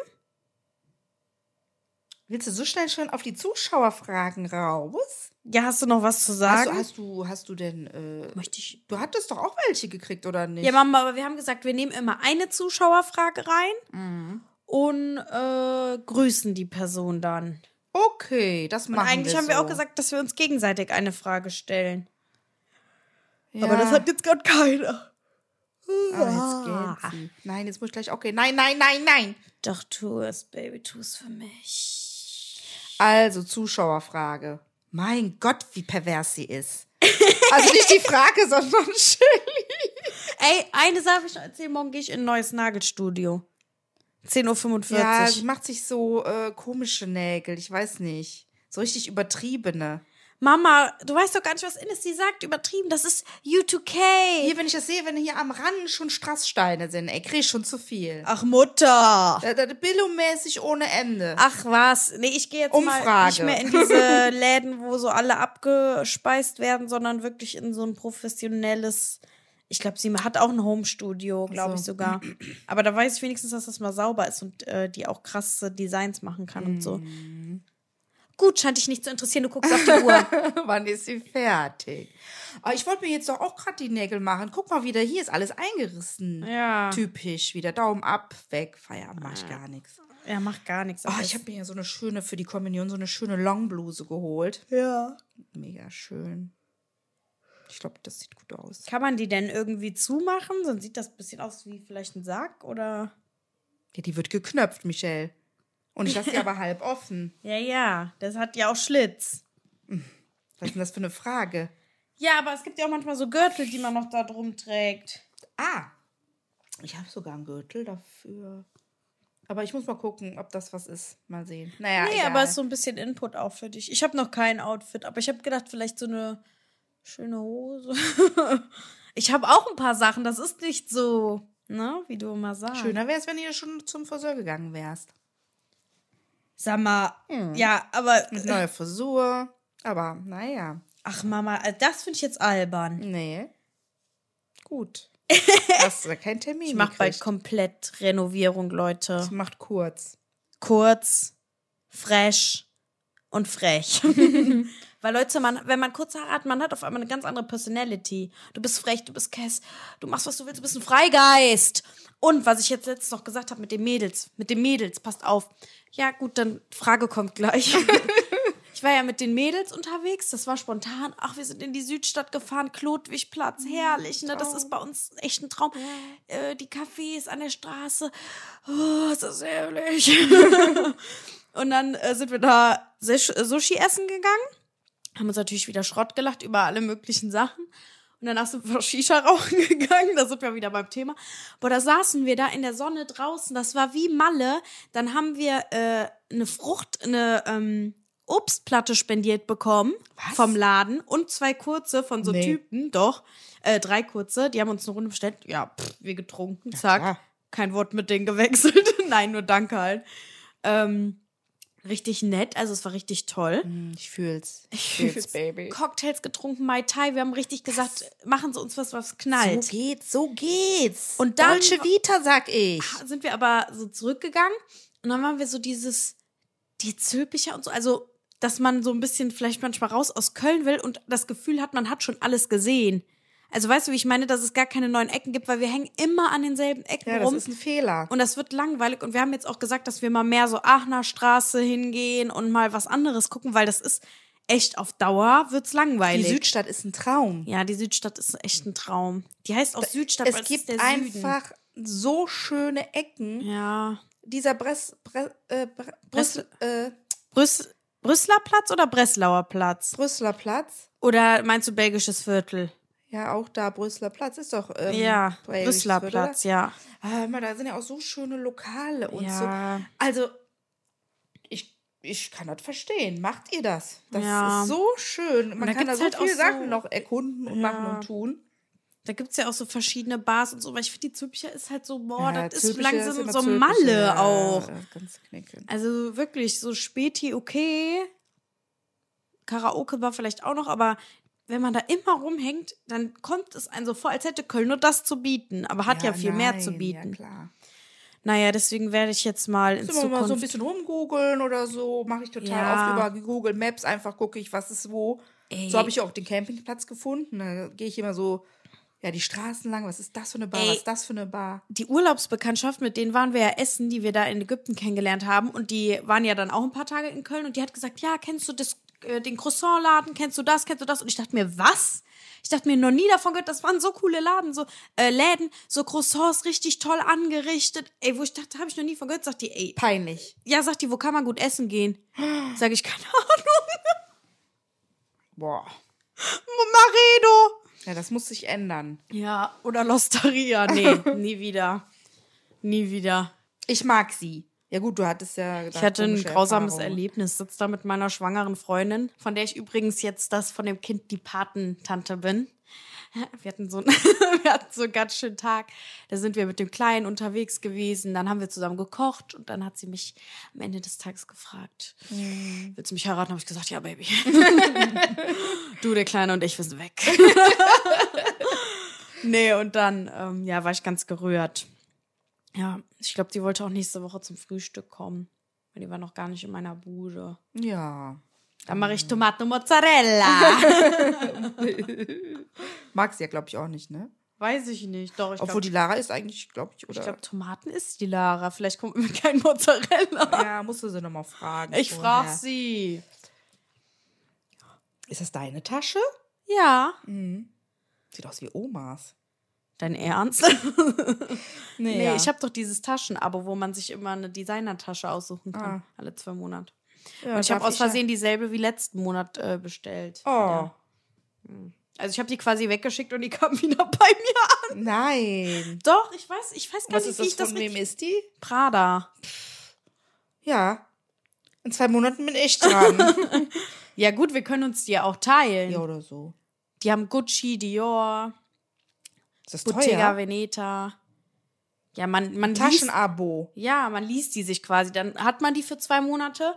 Willst du so schnell schon auf die Zuschauerfragen raus?
Ja, hast du noch was zu
Hast du,
sagen?
hast du, hast du denn, äh,
Möchte ich.
du hattest doch auch welche gekriegt, oder nicht?
Ja, Mama, aber wir haben gesagt, wir nehmen immer eine Zuschauerfrage rein
Mhm.
und äh, grüßen die Person dann.
Okay, das
Und
machen
eigentlich
wir
haben wir
so.
auch gesagt, dass wir uns gegenseitig eine Frage stellen.
ja.
jetzt gerade keiner.
Ah, jetzt gähnt sie. Nein, jetzt muss ich gleich auch gehen. Nein, nein, nein, nein.
Doch tu es, Baby, tu es für mich.
Also, Zuschauerfrage. (laughs) Mein Gott, wie pervers sie ist. Also nicht die Frage, sondern schön.
Ey, eine Sache ich noch erzählen, morgen gehe ich in ein neues Nagelstudio. 10.45 Uhr.
Ja, sie macht sich so äh, komische Nägel, ich weiß nicht. So richtig übertriebene.
Mama, du weißt doch gar nicht, was Innesy sagt. Übertrieben, das ist U2K.
Hier, wenn ich das sehe, wenn hier am Rand schon Strasssteine sind, ey, krieg ich schon zu viel.
Ach, Mutter.
Da- da- Billo-mäßig ohne Ende. (laughs)
Ach was, nee, ich gehe jetzt mal nicht
Umfrage.
mehr in
(laughs)
diese Läden, wo so alle abgespeist werden, sondern wirklich in so ein professionelles. Ich glaube, sie hat auch ein Home-Studio, glaube ich
so.
sogar. Aber da weiß ich wenigstens, dass das mal sauber ist und äh, die auch krasse Designs machen kann und so.
Mhm.
Gut, scheint dich nicht zu interessieren, du guckst auf die Uhr.
Wann ist sie fertig? Aber ich wollte mir jetzt doch auch gerade die Nägel machen. Guck mal wieder, hier ist alles eingerissen.
Ja.
Typisch, wieder Daumen ab, weg, Feierabend, mach ich gar nichts.
Ja, macht gar nichts.
Oh, ich habe mir ja so eine schöne, für die Kommunion, so eine schöne Longbluse geholt.
ja.
Mega schön. Ich glaube, das sieht gut aus.
Kann man die denn irgendwie zumachen? Sonst sieht das ein bisschen aus wie vielleicht ein Sack oder.
Ja, die wird geknöpft, Michelle. Und
(laughs)
ich lasse sie aber halb offen.
Ja, ja, das hat ja auch Schlitz.
Was ist denn das für eine Frage?
Ja, aber es gibt ja auch manchmal so Gürtel, die man noch da drum trägt.
Ah, ich habe sogar einen Gürtel dafür. Aber ich muss mal gucken, ob das was ist. Mal sehen. Naja,
nee,
egal.
aber ist so ein bisschen Input auch für dich. Ich habe noch kein Outfit, aber ich habe gedacht, vielleicht so eine schöne Hose. (laughs) ich habe auch ein paar Sachen, das ist nicht so, ne, wie du immer sagst.
Schöner wäre es, wenn ihr schon zum Friseur gegangen wärst.
Sag mal, ja, aber
Mit neuer Frisur. Aber naja.
ach Mama, also das finde ich jetzt albern.
Nee.
(laughs)
Gut. Hast du da keinen Termin?
Ich mache bald
gekriegt?
komplett Renovierung, Leute.
Das macht kurz.
kurz, fresh und frech. Weil Leute, man, wenn man kurze Haare hat, man hat auf einmal eine ganz andere Personality. Du bist frech, du bist Cass, du machst, was du willst, du bist ein Freigeist. Und was ich jetzt letztens noch gesagt habe mit den Mädels, mit den Mädels, passt auf. Ja, gut, dann Frage kommt gleich. Ich war ja mit den Mädels unterwegs, das war spontan. Ach, wir sind in die Südstadt gefahren, Klotwigplatz, herrlich, ne? Das ist bei uns echt ein Traum. Äh, die Cafés an der Straße, oh, ist das herrlich. Und dann äh, sind wir da Sus- äh, Sushi essen gegangen, haben uns natürlich wieder Schrott gelacht über alle möglichen Sachen. Und danach sind wir (laughs) noch Shisha rauchen gegangen, da sind wir wieder beim Thema. Boah, da saßen wir da in der Sonne draußen, das war wie Malle. Dann haben wir äh, eine Frucht, eine ähm, Obstplatte spendiert bekommen vom Laden und zwei kurze von so
Nee.
Typen, doch, äh, drei kurze, die haben uns eine Runde bestellt. Ja, pff, wir getrunken, zack,
klar.
kein Wort mit denen gewechselt. (laughs) Nein, nur danke halt. Ähm, richtig nett, also es war richtig toll.
Hm, Ich fühl's. Ich fühl's, Baby.
Cocktails getrunken, Mai Tai, wir haben richtig gesagt, machen Sie uns was, was knallt.
So geht's, so geht's.
halt. Und dann- Ah,
Deutsche Vita, sag ich.
sind wir aber so zurückgegangen und dann waren wir so dieses die Zülpicher und so, also dass man so ein bisschen vielleicht manchmal raus aus Köln will und das Gefühl hat, man hat schon alles gesehen. Also weißt du, wie ich meine, dass es gar keine neuen Ecken gibt, weil wir hängen immer an denselben Ecken
Ja, das
rum.
ist ein Fehler.
Und das wird langweilig. Und wir haben jetzt auch gesagt, dass wir mal mehr so Aachener Straße hingehen und mal was anderes gucken, weil das ist echt auf Dauer wird's
die
langweilig.
Südstadt ist ein Traum.
ja, die Südstadt ist echt ein Traum. Die heißt auch Südstadt, weil
es
es
gibt
ist der Süden.
einfach so schöne Ecken.
Ja.
Dieser Bress, Bre, äh, Bre,
Brüssel-
Brüssel, äh,
Brüss Brüsseler Platz oder Breslauer Platz?
Brüsseler Platz.
Oder meinst du belgisches Viertel?
Ja, auch da Brüsseler Platz ist doch. Ähm,
ja,
Belgisch,
Brüsseler
oder?
Platz, ja.
Ah, hör mal, da sind ja auch so schöne Lokale und
Ja.
so. Also, ich, ich kann das verstehen. Macht ihr das? Das
Ja.
ist so schön. Man
da
kann da
gibt's
so
halt auch
viele
so-
Sachen noch erkunden und machen und tun.
Da gibt's ja auch so verschiedene Bars und so, weil ich finde, die Zülpicher ist halt so, boah,
Ja,
das ist
Zülpiche
langsam
immer
so
Zülpiche.
Malle
Ja,
auch.
das ist Ganz knicken.
Also wirklich, so Späti okay. Karaoke war vielleicht auch noch, aber wenn man da immer rumhängt, dann kommt es einem so vor, als hätte Köln nur das zu bieten, aber hat ja, viel mehr zu
nein,
bieten.
Ja, klar.
naja, deswegen werde ich jetzt mal in
Müssen wir mal so ein
Zukunft.
bisschen rumgoogeln oder so. Mache ich total
Ja.
oft über Google Maps. Einfach gucke ich, was ist wo. So habe ich ja auch den Campingplatz gefunden. Da gehe ich immer so, ja, die Straßen lang. Was ist das für eine Bar?
Ey.
Was ist das für eine Bar?
die Urlaubsbekanntschaft, mit denen waren wir ja essen, die wir da in Ägypten kennengelernt haben. Und die waren ja dann auch ein paar Tage in Köln. Und die hat gesagt, ja, kennst du das, äh, den Croissant-Laden? Kennst du das? Kennst du das? Und ich dachte mir, was? Ich dachte mir, noch nie davon gehört. Das waren so coole Laden, so äh, Läden, so Croissants richtig toll angerichtet. Ey, wo ich dachte, habe ich noch nie von gehört. Sagt die, ey,
Peinlich.
ja, sagt die, wo kann man gut essen gehen? Sag ich, keine Ahnung.
Boah.
Maredo.
Ja, das muss sich ändern.
Ja, oder Losteria. Nee, nie wieder. Nie wieder.
Ich mag sie. Ja gut, du hattest ja.
Ich hatte ein grausames Erlebnis. Sitz da mit meiner schwangeren Freundin, von der ich übrigens jetzt das von dem Kind die Patentante bin. (laughs) Wir hatten so einen, (laughs) wir hatten so einen ganz schönen Tag. Da sind wir mit dem Kleinen unterwegs gewesen. Dann haben wir zusammen gekocht und dann hat sie mich am Ende des Tages gefragt: Willst du mich heiraten? Habe ich gesagt: Ja, Baby. (laughs) du, der Kleine und ich, wir sind weg. (laughs) nee, und dann, ähm, ja, war ich ganz gerührt. Ja, ich glaube, die wollte auch nächste Woche zum Frühstück kommen. Weil die war noch gar nicht in meiner Bude.
Ja.
Dann mache ich Tomaten und Mozzarella.
Mag sie ja, glaube ich, auch nicht, ne?
(laughs) Weiß ich nicht. Doch, ich
Obwohl
glaube,
die Lara ist eigentlich, glaube ich, oder?
glaub, Tomaten ist die Lara. Vielleicht kommt mir kein
(laughs)
Mozzarella.
ja, musst du sie nochmal fragen.
Ich frage
vorher.
sie.
Ist das deine Tasche?
Ja.
Mhm. Sieht aus wie Omas.
Dein Ernst? (laughs) nee, ich habe doch dieses Taschenabo, wo man sich immer eine Designertasche aussuchen
Ah.
kann. Alle zwei Monate. Und ich habe aus (laughs) Versehen dieselbe wie letzten Monat äh, bestellt.
Oh, Hm.
Ja. Also ich habe die quasi weggeschickt und die kam (laughs) wieder bei mir an.
nein.
Doch, ich weiß, ich weiß gar
Was
nicht,
ist
wie
das?
ich das
Von
mit
wem ist die?
Prada.
Ja. In zwei Monaten bin ich
(laughs)
dran.
Ja gut, wir können uns die ja auch teilen.
ja, oder so.
Die haben Gucci, Dior,
Ist das
Bottega
teuer?
Veneta. Ja, man, man liest,
Taschenabo.
ja, man liest die sich quasi. Dann hat man die für zwei Monate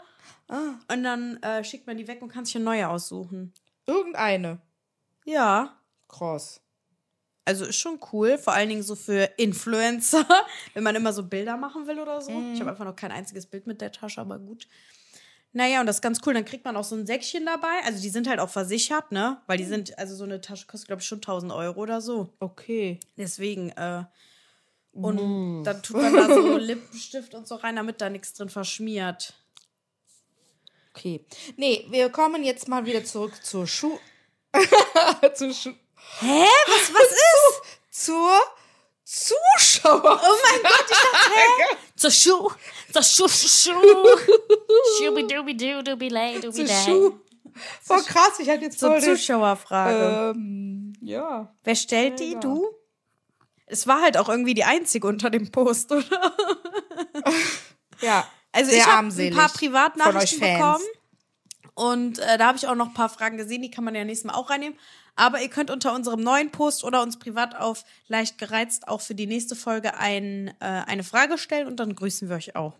und dann äh, schickt man die weg und kann sich eine neue aussuchen.
Irgendeine.
Ja.
Cross.
Also ist schon cool, vor allen Dingen so für Influencer, (laughs) wenn man immer so Bilder machen will oder so. Ich habe einfach noch kein einziges Bild mit der Tasche, aber gut. Naja, und das ist ganz cool. Dann kriegt man auch so ein Säckchen dabei. Also die sind halt auch versichert, ne? Weil die sind, also so eine Tasche kostet, glaube ich, schon 1000 Euro oder so.
Okay.
Deswegen, äh, und dann tut man da so (laughs) Lippenstift und so rein, damit da nichts drin verschmiert.
Okay. Nee, wir kommen jetzt mal wieder zurück
(laughs)
zur Schu... zur Schu
Hä? Was, (laughs) was ist?
zur Zuschauer.
Oh mein Gott, ich dachte, hä?
Zur Schuh. Zur Schuh. Schuh. Schubidubidubidubilay.
Zur Schuh. Voll krass, ich hatte jetzt
So
voll den-
Zuschauerfrage.
Ähm, ja.
Wer stellt die? Du? Es war halt auch irgendwie die einzige unter dem Post, oder?
Ja.
Also
Sehr
ich habe ein
armselig
paar
von euch
Privatnachrichten
Fans.
bekommen und äh, da habe ich auch noch ein paar Fragen gesehen, die kann man ja nächstes Mal auch reinnehmen. Aber ihr könnt unter unserem neuen Post oder uns privat auf leicht gereizt auch für die nächste Folge ein, äh, eine Frage stellen und dann grüßen wir euch auch.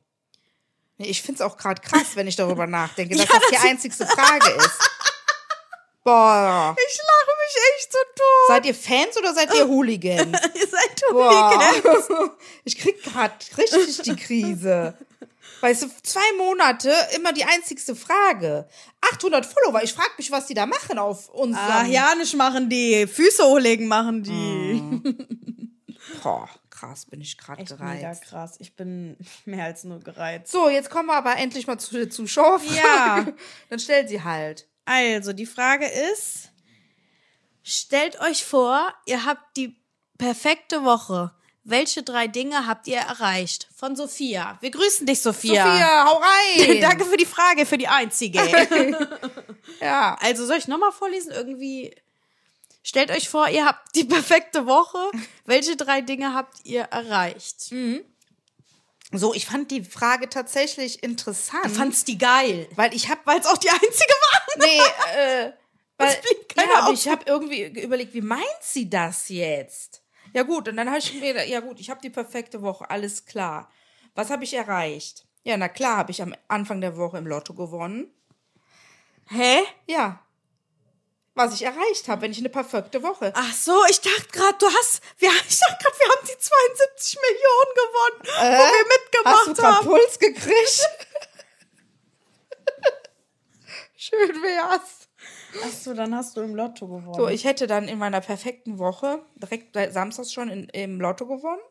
Nee, Ich find's auch gerade krass, wenn
(laughs)
ich darüber nachdenke, dass das die einzigste Frage ist. Boah.
(laughs) Ich lache mich echt so tot.
Seid ihr Fans oder seid
(laughs)
ihr Hooligans?
Ihr seid doch
Boah. Ich krieg gerade richtig die Krise. Weißt du, zwei Monate immer die einzigste Frage. 800 Follower. Ich frage mich, was die da machen auf unserem.
Ach, Janisch machen die, Füße hochlegen machen die.
Boah, krass, bin ich gerade
Echt mega
gereizt.
krass. Ich bin (laughs) mehr als nur
(laughs)
gereizt.
So, jetzt kommen wir aber endlich mal zu der Zuschauerfrage.
Ja.
(laughs) Dann stell sie halt.
Also, die Frage ist, stellt euch vor, ihr habt die perfekte Woche. Welche drei Dinge habt ihr erreicht? Von Sophia. Wir grüßen dich, Sophia.
Sophia, hau
(laughs)
rein.
Danke für die Frage, für die (laughs) einzige.
Ja.
also, soll ich nochmal vorlesen? Irgendwie, stellt euch vor, ihr habt die perfekte Woche. Welche drei Dinge habt ihr erreicht?
So, ich fand die Frage tatsächlich interessant.
Fand's die geil.
weil ich habe
Weil es auch die einzige war.
Nee, äh, weil,
(laughs) blieb keiner
ja, aber
auf.
ich habe irgendwie überlegt, wie meint sie das jetzt? Ja gut, und dann habe ich mir, ja gut, ich habe die perfekte Woche, alles klar. Was habe ich erreicht? Ja, na klar, habe ich am Anfang der Woche im Lotto gewonnen.
Hä?
Ja. Was ich erreicht habe, wenn ich eine perfekte Woche.
Ach so, ich dachte gerade, du hast, wir, (laughs) ich dachte gerade, wir haben die 72 Millionen gewonnen, wo wir
Hast du
mitgemacht
grad
haben.
Puls gekriegt? Schön wär's.
Ach so, dann hast du im Lotto gewonnen.
So, ich hätte dann in meiner perfekten Woche direkt seit samstags schon in, im Lotto gewonnen.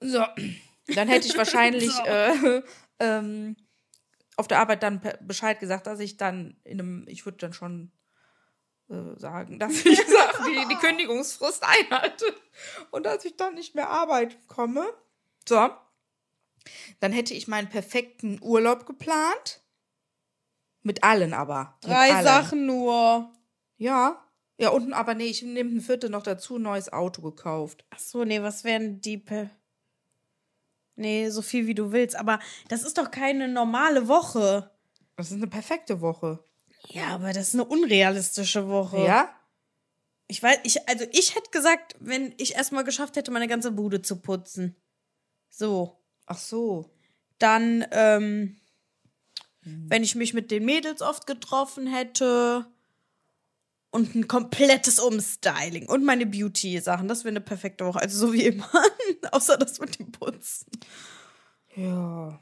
So, (clears throat) dann hätte ich wahrscheinlich äh, (laughs) ähm, auf der Arbeit dann pe- Bescheid gesagt, dass ich dann in einem, ich würde dann schon äh, sagen, (laughs) dass ich sag, die, die Kündigungsfrist einhalte und dass ich dann nicht mehr arbeiten komme. So, dann hätte ich meinen perfekten Urlaub geplant. Mit allen aber. Mit
Drei
allen.
Sachen nur.
Ja. Ja, unten, aber nee, ich nehme ein Viertel noch dazu, neues Auto gekauft.
Ach so, nee, was wären die Pe Nee, so viel wie du willst, aber das ist doch keine normale Woche.
Das ist eine perfekte Woche.
Ja, aber das ist eine unrealistische Woche.
Ja?
Ich weiß, ich, also ich hätte gesagt, wenn ich erstmal geschafft hätte, meine ganze Bude zu putzen. So.
Ach so.
Dann, ähm, wenn ich mich mit den Mädels oft getroffen hätte und ein komplettes Umstyling und meine Beauty-Sachen, das wäre eine perfekte Woche. Also so wie immer, (laughs) außer das mit dem Putzen.
Ja.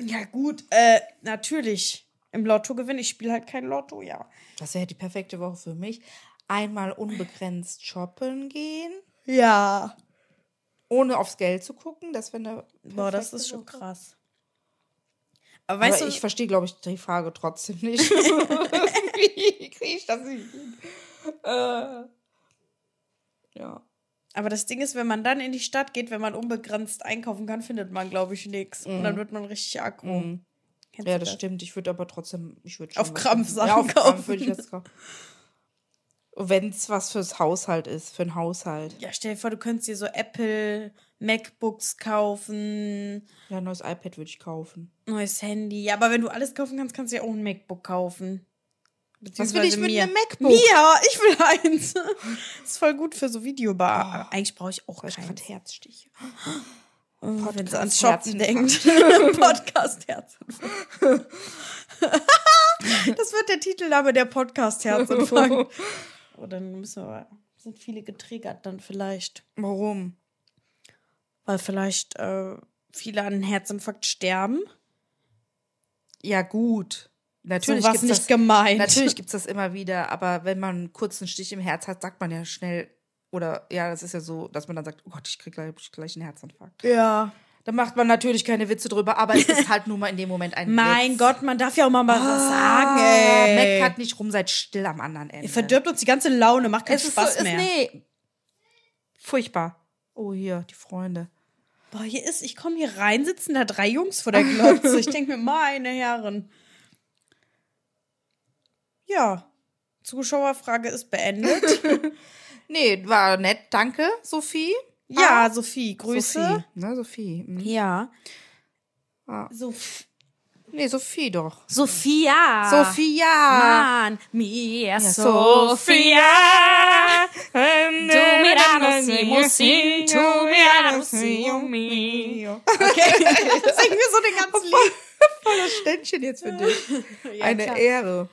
Ja gut, äh, natürlich. Im Lotto gewinne ich, spiele halt kein Lotto, ja.
Das wäre die perfekte Woche für mich. Einmal unbegrenzt shoppen gehen,
Ja.
ohne aufs Geld zu gucken. Das wäre eine.
Boah, das
perfekte
ist schon
Woche.
krass. Aber
Aber
weißt du,
ich verstehe, glaube ich, die Frage trotzdem
(laughs)
nicht. Wie kriege ich das nicht hin? Äh, ja.
aber das Ding ist, wenn man dann in die Stadt geht, wenn man unbegrenzt einkaufen kann, findet man, glaube ich, nichts. Und dann wird man richtig aggro. Kennst
Mhm. Ja,
du
das stimmt. Ich würde aber trotzdem, ich würde
Auf Krampf Sachen
ja, auf Krampf
kaufen.
würde ich das kaufen. Wenn es was fürs Haushalt ist, für den Haushalt.
Ja, stell dir vor, du könntest dir so Apple, MacBooks kaufen,
Ja, ein neues iPad würde ich kaufen.
neues Handy. Ja, aber wenn du alles kaufen kannst, kannst du ja auch ein MacBook kaufen.
Was will ich
Beziehungsweise
mit
mir.
einem MacBook?
Mir, ich will eins. (laughs) ist voll gut für so Videobar. Oh. Eigentlich brauche ich auch
Weil ich gerade
keins. Oh,
Herzstiche.
(gasps) Wenn es ans
Podcast-
Shoppen (laughs) denkt. Podcast (laughs) Herzinfarkt. das wird der Titelname der Podcast Herzinfarkt. Oh, dann müssen wir, sind viele getriggert dann vielleicht.
Warum?
Weil vielleicht äh, viele an Herzinfarkt sterben.
Ja, gut.
Natürlich
Natürlich
so was
gibt's
nicht
das,
gemeint.
Natürlich gibt es das immer wieder, aber wenn man einen kurzen Stich im Herz hat, sagt man ja schnell, oder ja, das ist ja so, dass man dann sagt, oh Gott, ich kriege gleich, gleich einen
(laughs)
Herzinfarkt.
Ja.
Da macht man natürlich keine Witze drüber, aber es
(laughs)
ist halt nur mal in dem Moment ein
Mein
Witz.
Gott, man darf ja auch mal was sagen,
Oh,
ey.
meckert nicht rum, seid still am anderen Ende.
Ihr verdirbt uns die ganze Laune, macht keinen
es ist
Spaß
so,
mehr.
Ist, nee. Furchtbar. Oh, hier, die Freunde.
Boah, hier ist, ich komme hier rein, sitzen da drei Jungs vor der Glotze. Ich denke mir, meine Herren. Ja, Zuschauerfrage ist beendet.
Nee, war nett, danke, Sophie.
(laughs) ja, Sophie, Grüße.
Sophie. Ne, Sophie. Mhm.
Ja.
Ah.
Sof
Nee, Sophie doch.
Sophia.
Ah.
Sophia!
Mann, mia
Sophia!
Du miranos imus in, tu miranos ium
(laughs)
in.
okay. das singen wir so den ganzen (laughs) Lied.
Volles Ständchen jetzt
(laughs)
für dich. Eine Ehre.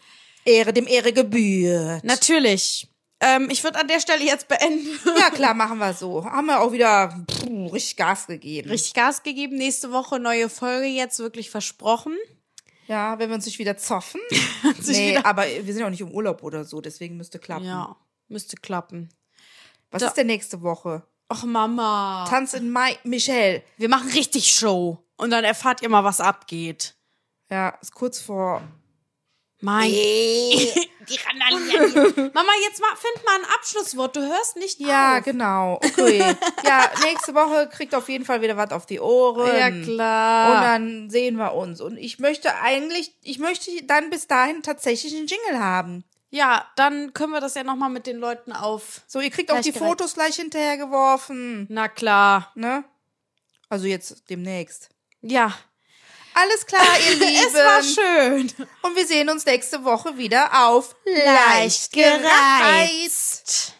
Ehre dem Ehre gebührt.
Natürlich. Ähm, ich würde an der Stelle jetzt (laughs) beenden.
Ja, klar, machen wir so. Haben wir auch wieder pff, richtig Gas gegeben.
Richtig Gas gegeben. Nächste Woche neue Folge jetzt wirklich versprochen.
Ja, wenn wir uns nicht wieder
(laughs)
zoffen.
sich
nee,
wieder-
aber wir sind ja auch nicht im Urlaub oder so, deswegen müsste klappen.
Ja, müsste klappen.
Was
Da-
ist denn nächste Woche?
Och, Mama.
Tanz in Mai, Michelle.
Wir machen richtig Show. Und dann erfahrt ihr mal, was abgeht.
Ja, ist kurz vor.
Mein. (laughs) Die randalieren (laughs) hier. Mama, jetzt mal, find mal ein Abschlusswort. Du hörst nicht
Ja,
auf.
genau. Okay. ja, nächste Woche kriegt auf jeden Fall wieder was auf die Ohren.
Ja, klar.
Und dann sehen wir uns. Und ich möchte eigentlich, ich möchte dann bis dahin tatsächlich einen Jingle haben.
Ja, dann können wir das ja nochmal mit den Leuten auf.
So, ihr kriegt auch
Gleich
die
direkt.
Fotos gleich hinterhergeworfen.
Na klar.
Ne? Also jetzt demnächst.
Ja.
Alles klar, ihr Lieben.
(laughs) Es war schön.
Und wir sehen uns nächste Woche wieder auf
Leicht gereizt.